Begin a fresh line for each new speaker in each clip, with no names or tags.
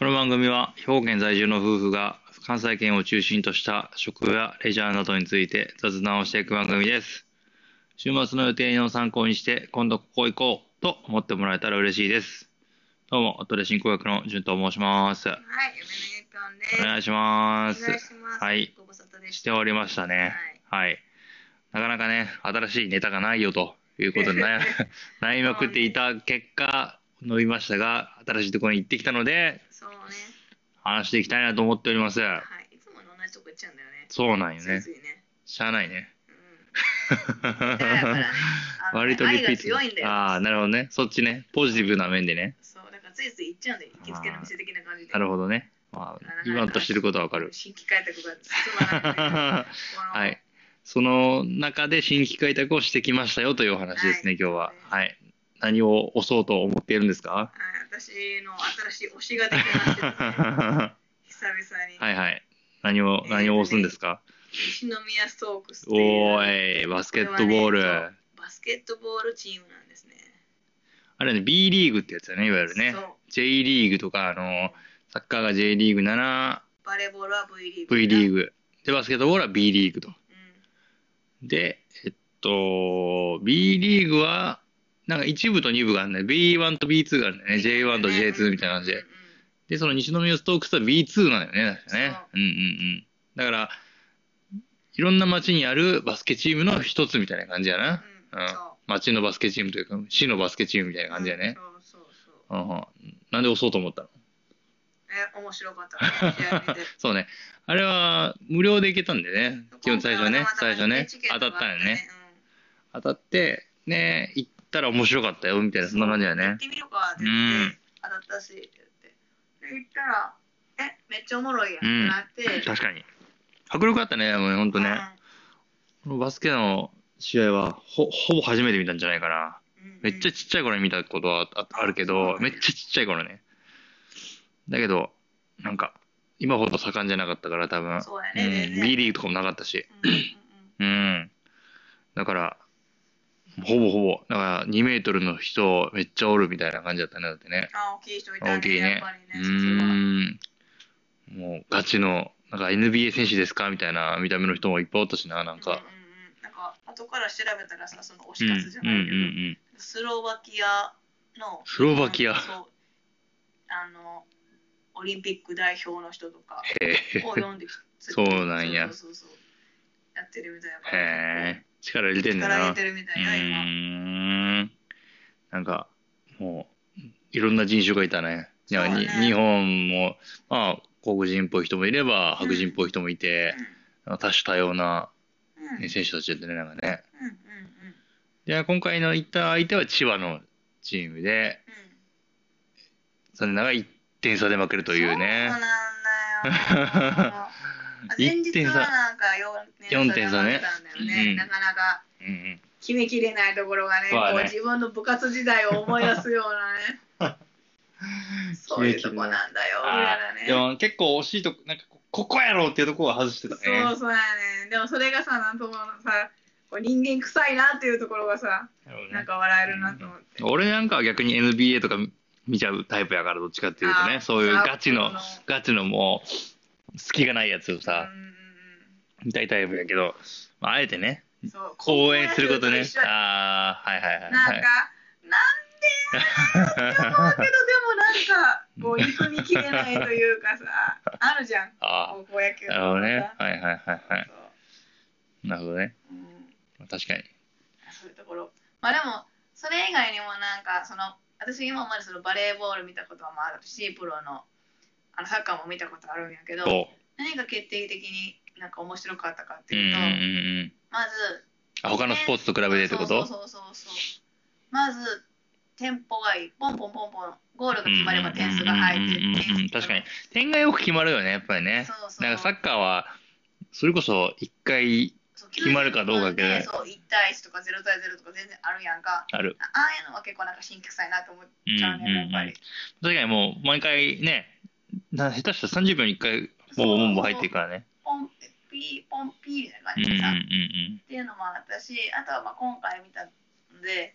の番組は兵庫県在住の夫婦が関西圏を中心とした食やレジャーなどについて雑談をしていく番組です週末の予定の参考にして今度ここ行こうと思ってもらえたら嬉しいですどうもアトレ進行役の順と申します
はい、梅の
お
ゆぴょん
願
で。
いします
お願いし
す
ます。
はい
ご無沙汰で
し
してた。
おりましたねはいなかなかね新しいネタがないよということで 悩悩みまくっていた結果伸びましたが新しいところに行ってきたので
そうね。
話していきたいなと思っております
はい、いつもの同じとこ行っちゃうんだよね。
そうなんよね
ついついね。
しゃあないね
うん。だからねあのね
割とリ
愛
ピ
が
ート
強いんだよ。
ああなるほどねそっちねポジティブな面でね
そう、だからついつい行っちゃうんだよ。行きつけの店的な感じで。
なる
ほ
ほどね、ま
なかな
あ
か、
言わんとしてることはわかる
新規開拓が進まないので。
は
この
い。その中で新規開拓をしてきましたよというお話ですね、
はい
今日ははい何を押そうと思っているんです か
はい私の新しい推しができまして、ね、
は
久々に
いはい何を何を押すんですか、
西宮ストークスっていう
おーいバスケットボール、
これはねバスケットボールチームなんですね。
あれね B リーグってやつだねいわゆるね
そう
J リーグとかあのサッカーが J リーグなら
バレーボールは V リーグ。
V リー
グ。
グでバスケットボールは B リーグと
うん
でえっと B リーグはなんか1部と2部があるんだよ B1 と B2 があるんだよね J1 と J2 みたいな感じ
う
で
ん
でその西宮ストークスは B2 なんだよね確かね
そう
うんうんうんだからいろんな町にあるバスケチームの一つみたいな感じやな、
うんうん
うん
そう
町のバスケチームというか市のバスケチームみたいな感じやね、
うんそうそう
う
そう
んうんなんで押そうと思ったの
え面白 かったね試合見て
そうね。あれは無料で行けたんでね。基本最初ね
今。回
最初
はたまたま
ね
チケ。ッ
当
ト
た
が
ったんよね。
あ
当
って
たって、ね、行ったら面白かったよ、みたいな、
うん
そんな感じだよ
行っ
ね。
てみようかって言
う
っ
ん
て当たったしって言ってで行ったらえめっちゃおもろいや
う
んって
ん
なって
確かに。迫力あったね、もうねほんとね。このバスケの試合は、ほ、ほぼ初めて見たんじゃないかな。
うん
めっちゃ
うん
ちっちゃい頃に見たことはああるけ
そうなん
ど、
や
めっちゃちっちゃい頃ね。だけど、なんか、今ほど盛んじゃなかったから、多分。
そうや
う
ね全
ん。
然
B リーグとかもなかったし。
うんうんうん
うん。だから、ほぼほぼ、だから2メートルの人めっちゃおるみたいな感じだったね、だってね。
あ大きい人いたね
大きい
や
ね
っぱり。
う
ねそっちは
ん。もうガチの、なんか NBA 選手ですかみたいな見た目の人もいっぱいおったしな、なんか。
うんうんうんなんか後から調べたらさその
うん、
推
う
し
ん、うん
活じゃないけど、
うん。
スロバキアの
スロバキア。
そうあのオリンピック代表の人とか
へ
を読んでき
そうなんや
そうそうそうやってるみたいな
え。へえ。力入れてんだ
力
な。
入れてるみたいな
う
今
ーんなんかもういろんな人種がいたね
そうね
いやに日本もまあ黒人っぽい人もいれば白人っぽい人もいて、なんか多種多様な、
うんうんうん
ね選手たちだったねなんかね
うんうん
で今回の行った相手は千葉のチームで残念ながら1点差で負けるというね
そうなん だよあ前
1
日
点
は
差、
なんか
4点差ね
4.3たんだよね、
うん
なかなか
うんうん、
決めきれないところがね
そうだね
こう自分の部活時代を思い出すよう なねそういうとこなんだよ俺
あ
らね
ーでも結構惜しいとこなんかこここやろうっていうところは外してたね
そうそうやねでもそれがさなんともさこう人間臭いなっていうところがさ
なるほどね
なんか笑えるなと思って、
俺なんかは逆に NBA とか見ちゃうタイプやからどっちかっていうと
あ
ね
ー
そういうガチの
なるほ
ガチのもう隙がないやつをさ
うんうん
見たいタイプやけど、まあ、あえてね
うんそう
応援することね
高校野球と一緒や
ああはいはい
なんか、
はい
なんで思う けどでもなんかこう憎みきれないというかさあるじゃん
あ
高校野球
あなるほどね
とか
はいはいはいは
さ
い
そう
なるほどね
うん
確かに
そういうところまあでもそれ以外にもなんかその私今までそのバレーボール見たこともあるしプロのあのサッカーも見たことあるんやけど
こ
何が決定的になんか面白かったかっ
う
て
うんう
い
ん
うと、
うん
まず
あ他のスポーツと比べてってこと
そうそうそうそうまずテンポがいいポンポンポンポンゴールが決まれば点数が入って
うんうんうんうんうん確かに点がよく決まるよねやっぱりね
そうそう
なんかサッカーはそれこそ1回
そう
決まるかどうかだけどね
90分でそう1対1とか0対0とか全然あるやんか
ある
ああいうのは結構なんか神経臭いなと思っちゃうね、
うんうんうん
やっぱり
確かにもう毎回ね、な下手したら30秒に1回、ボンボンボンボン入っていくからね。
ポンピーポンピーみたいな
う
感
んうんう
じで
ん
さ、
う
っ
ん。
ていうのもあったしあとはまあ今回見たんでやっ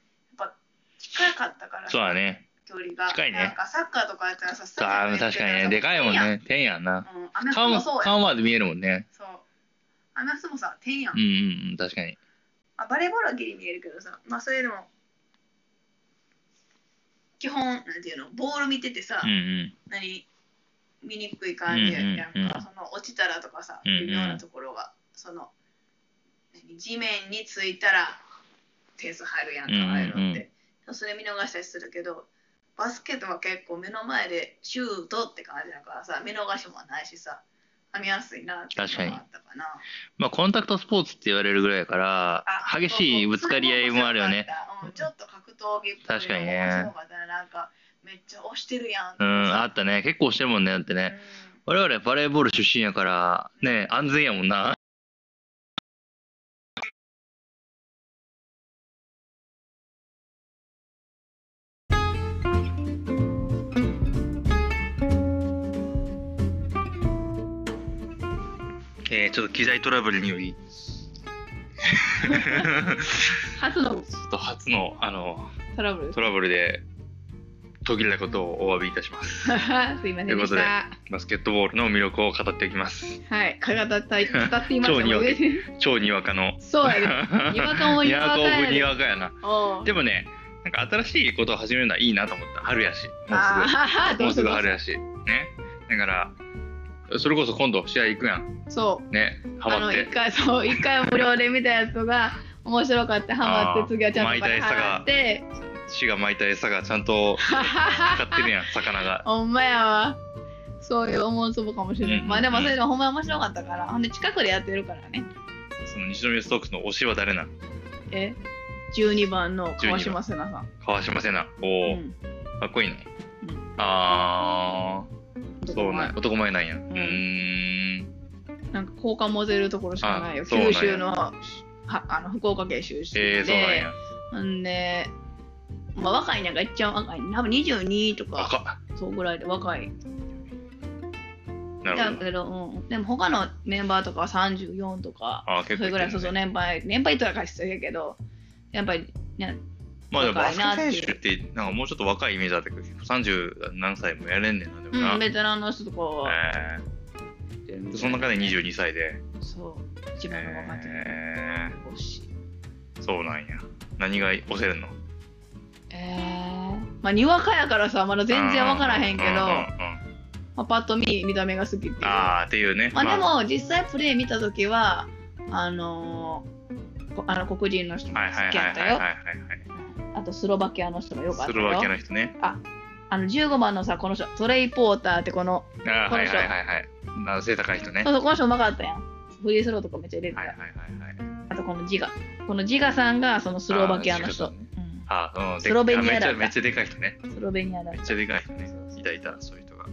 ぱ近かったから
そうだね。
距離が。
近いね
なんかサッカーとかやったらさ、ス
あ
タ
ー
ジアム
確かにね、でかいもん。ね。点やんな。
うん、アメフト
顔
もそうやん。
顔まで見えるもんね。
そう。アメフトもさ、点や
う
ん
ん。うんうん、確かに。
あバレーボールはギリ見えるけどさ、まあそれでも、基本、なんていうの、ボール見ててさ、
うんうん。
何、見にくい感じやんか、
うんうんうん
その落ちたらとかさ、
うんうん
微妙なところが、その、何地面についたら点数入るやんか、
うんうんうん
ああいうのって。それ見逃したりするけど、バスケットは結構目の前でシュートって感じだからさ、見逃しもないしさ、見やすいなっていうのがあったかな。
まあ、コンタクトスポーツって言われるぐらいやから
あ、
激しいぶつかり合いもあるよね。。
そうそうそれも面白かったうんちょっと格闘技っぽいのも
確かにね
面白かったねなんかめっちゃ押してるやん。
うん、あったたね。結構してるもんね。だってね。我々バレーボール出身やから、ね、安全やもんな。えー、ちょっと機材トラブルによ り、
初の
ちょっと初のあの
トラブル。
トラブルで途切れたことをお詫びいたします。
すいません
という
で
こ
し
とで
た。
バスケットボールの魅力を語っていきます。
はい、蚊がたたいたっていましたも
超
ん
匂い
ね。
超にわかの
そうや ね。にわかも
に
にわ
わ
か
か
や
オ
で
ブにわかやな
おう
でもねなんか新しいことを始めるのはいいなと思った春やしもうす
あー
ぐ
ど
もう
うした
すぐ
どうし
春やしねだからそれこそ今度試合行くやん
たそう。
ねハ
あ
マっ
の
て
一回 そう一回無料で見たやつが面白かってハマって次はちゃんとお金払って。
死が巻いた餌がちゃんと使ってるやん魚が
ほんまやわ。そういう思うつぼかもしれない。
うん
まあでもそれでもほんまに面白かったから。ほんで近くでやってるからね。
その西宮ストークスの推しは誰なん
え ?12 番の川島瀬奈さん。
川島瀬な
う
おお、
ん。
かっこいいね、
う
あーそうなん
な
や男前なんやうーん
なんか交換もぜるところしかないよ。
あそうなんや
九州のはあの福岡県出身で。
えー、そうなんや
ほんで、まあ、若いなんかいっちゃん若い、多分22とか
赤
そうぐらいで若い。
なる
だ
ほど
けど、うん、でも他のメンバーとかは34とか、
あー結構
それぐらい、
って
そ
る
う
ね
そう、年配、年配とは貸してるけど、やっぱり、ね、
まあでもバ
若
ス
いなっていう
ケ選手ってなんかもうちょっと若いイメージだったけど30何歳もやれんねんなでもな、
うん、ベテランの人とかは、
えーその中で22歳で、
そう、一番の若手
え
の推し。
ーそうなんや何が押せるの
えーまあ、にわかやからさ、まだ全然わからへんけど、
ううう
ま
ん
あ、パッと見、見た目が好きっていう。
ああっていうね
まあ、で
は
も、実際プレイ見たときは、あのーこあの黒人の人も
いはい
好
はい
きや
は
っ
い
た
はい
よ
は。
あとスロバキアの人もよ
い
かっ
ス
た
ロバキア
よ。
の人ね
あの15番のさ、この人、トレイ・ポーターってこの、
あー
こ
は
の
い
人
はいはいはいな背高い人ね
そ
は
うそうこの人うまかったやん。フリースローとかめっちゃ入れ
い
て
は
た。
いはいはい
あとこのジガ。このジガさんがそのスロバキアの
あ
人。
ージガ
うん
あーうんで
スロベニアだ
あめっちゃめっちゃでかい人ね
スロベニアだ
め
っ。
ったちゃでかい人ね
そうそう
いたいたそういう人が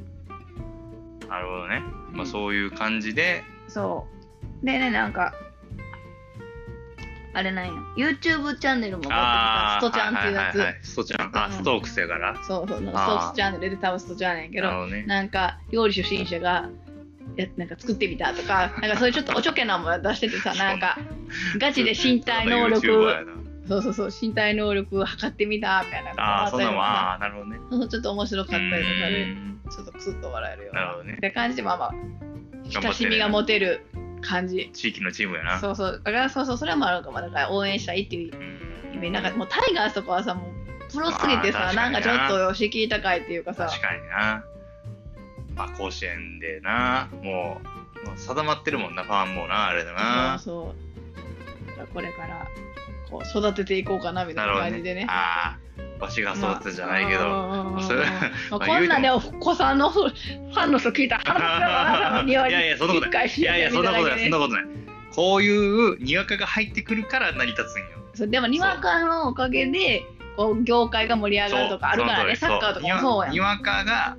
なるほどねま
う
あ
ん
そういう感じで
そう。でね、なんか、あれなんや。YouTube チャンネルも持って
あ
た。
ー
ストちゃんっていうや
はいはいはいはいストちゃん。あ、
うん
ストークスやから。
つ。そうそう、なん
あー
かストチャンネルで多分ストちゃんやけ
なる
ど、
ほどね。
なんか料理初心者が、やなんか作ってみたとか、なんかそういうちょっとおちょけなもん出しててさ、なんか、ガチで身体能力
そんな YouTuber やな
そうそうそう身体能力を測ってみたみたいな
ああ、そんなもん。
あ
ああ、なるほどね。
ちょっと面白かったりとか
う
で
ん
ちょっとクスッと笑えるよう
なる
な
ほどね
って感じでまあまあ
頑張
親
って
し
る
みが持てる感じ
地域のチームやな。
そうそうだからそうそうそれもあるかもだから応援したいっていう
うん
意味なんかもうタイガースとかはさもうプロすぎて
ま
さ
あ
なんか
確
ち
かに
ょ
な
っと敷居高いっていうかさ
確かにな。まあ、甲子園でな、もう、もう定まってるもんな、ファンもな、あれだな。
そうそうだからこれからこう育てていこうかなみた
ないる
な
ほど
感じで
ね
ね。
ああ、わしが育てたじゃないけど。
ど
それまあ
こんなんで
言
お子さんのファンの人聞いたら腹立つよ な、
いやいやそんなことない
ない
いやいや、そんなことない、そんな
こ
ことない。こういうにわかが入ってくるから成り立つんよ。
とでも、にわかのおかげで、こう業界が盛り上がるとかあるからね、
そ
サ
う
ッカーとかもそうやん。
にわにわかが、あの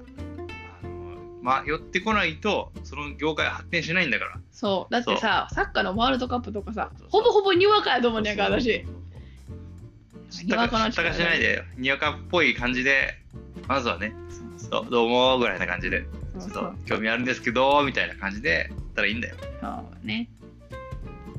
まあ、寄ってこないと、その業界は発展しないんだから。
そう、だってさ、サッカーのワールドカップとかさ
そう、そう
ほぼほぼにわかやと思うねんから、私。
知っ
に
た
わ
か
かの
知ったか
力
しないで、にわかっぽい感じで、まずはね、どどうもぐらいな感じで、
そう
ち
そ
ょ
う
っと
そう
興味あるんですけど、みたいな感じで、やったらいいんだよ。
そうね。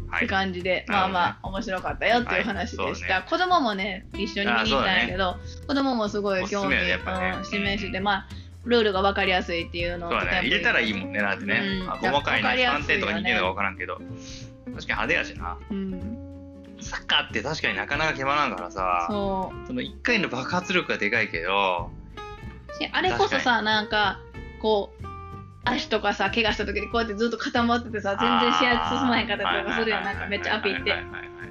は
て
い。
感じで、
なる
まあ
ほどね
まあ面白かったよっていう話でした、
は
子供もね一緒に見に行ったんやけど、子供もすごい興
おすす
味
めやねやっぱね
うん示してまあルールが分かりやすいっていうの
そう
と
だね。入れたらいいもんね、なんてね。
うん
あ細かい
わかりや
な、
すい
3点と
よね
か2点とか分からんけど。確かに派手やしな。
うん、
サッカーって確かになかなか手間なんからさ、
そ
その1回の爆発力がでかいけど、
うしあれこそさなんかこう足とかさ怪我した時にこうやってずっと固まっててさ全然試合進まへんかったりとかするやんなんかめっちゃアピって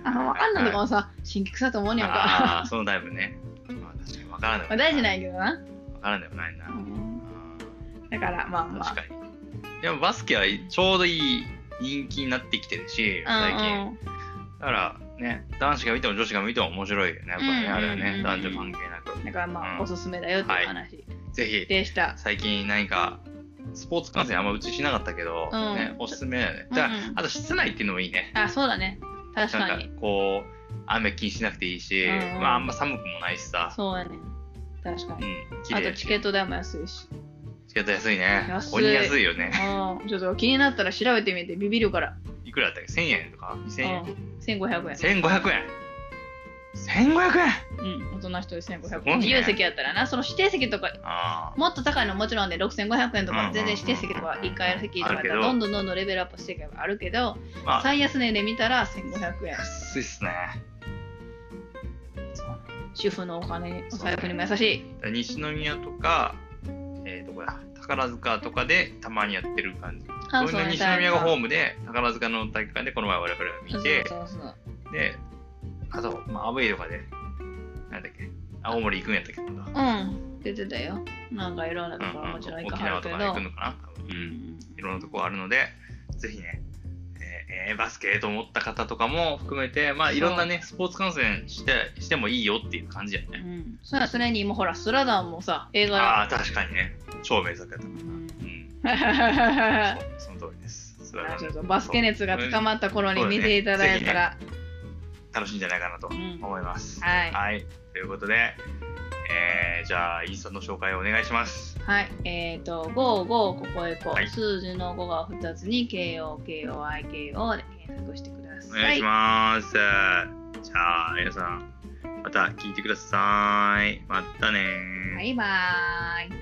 あのあんなとか
も
もさ神経臭と思うねやんか
ああ、そのタイプね。まあ確かに分からんでも。
まあ大事ないいけどな、
分からんでもないな。
だからまあ
うん
ま
確
あ
かに。でもバスケはちょうどいい人気になってきてるし、最近。
うんうん
だからね、男子が見ても女子が見ても面白いよね、これ
うんうんうん
ね、あれはね、男女関係なく。
だからまあ、
うん
おすすめだよっていう話
ぜひ、
でした。
最近何か、スポーツ観戦あんまうちしなかったけど、
うん
ね、おすすめだよね。だから
うんうん
あと室内っていうのもいいね。
あそうだね確
な
か
んか
に
こう、雨気にしなくていいし、
うんうん
まああんま寒くもないしさ、
そうやね確か
う
に。
ん、綺
あ
麗
と
や
チ
し
ケット代も安いし。
チケット安いね。
安い
これ安いよね。
うんちょっと気になったら調べてみてビビるから。
いくらだったっけ ?1000 円とか
う
?2000
ん
円、
1500円。
?1500 円 !1500 円
うん、大人一人
す
1500
ごい
円。
ね
自由席やったらな、その指定席とか、
あ
もっと高いのもちろんで、6500円と
うんうん
か
う、ん
全然指定席とか、1階席とかや
あ
った
るけど
ら、どんどんどんどんレベルアップしていけばあるけど、
あ、まあ、
最安値で見たら1500円。
安いっすね。
主婦のお金、お財布にも優しい。
西宮とか、えー、どこだ宝塚とかでたまにやってる感じ。
あ
そういうの西宮がホームで宝塚の体育館でこの前我々が見て、
そうそうそう
で、あと、まあ、アウェイとかで、なんだっけ、青森行くんやったっけ、今度。
うん、出てたよ。なんかいろんなと
うん
ころもちろん
うん
行か
沖
は
縄
るけ
と
ど
か。行くのかな多分うん。いろんなとこあるので、ぜひね、えーえーバスケと思った方とかも含めて、まあ、いろんなね、スポーツ観戦してしてもいいよっていう感じや
う
ね。
ん。それはそれに今ほら、スラダンもさ、映画。
ああ、確かにね、超名作やった
う
もんな。う
ん
ん、そうその通りです。それは
ちょっと バスケ熱が高まった頃に見ていただいたら、
楽しいんじゃないかなと
うん
思います。
はい
ということで、えーじゃあ、インスタの紹介をお願いします。
はい、えっ、ー、と、5、5、ここへこ、
は
う
い
数字の5が2つに、KO、KO、IKO で検索してくだ
お
さい。
願いします。じゃあ、皆さん、また聞いてください。またねー
バイバーイ。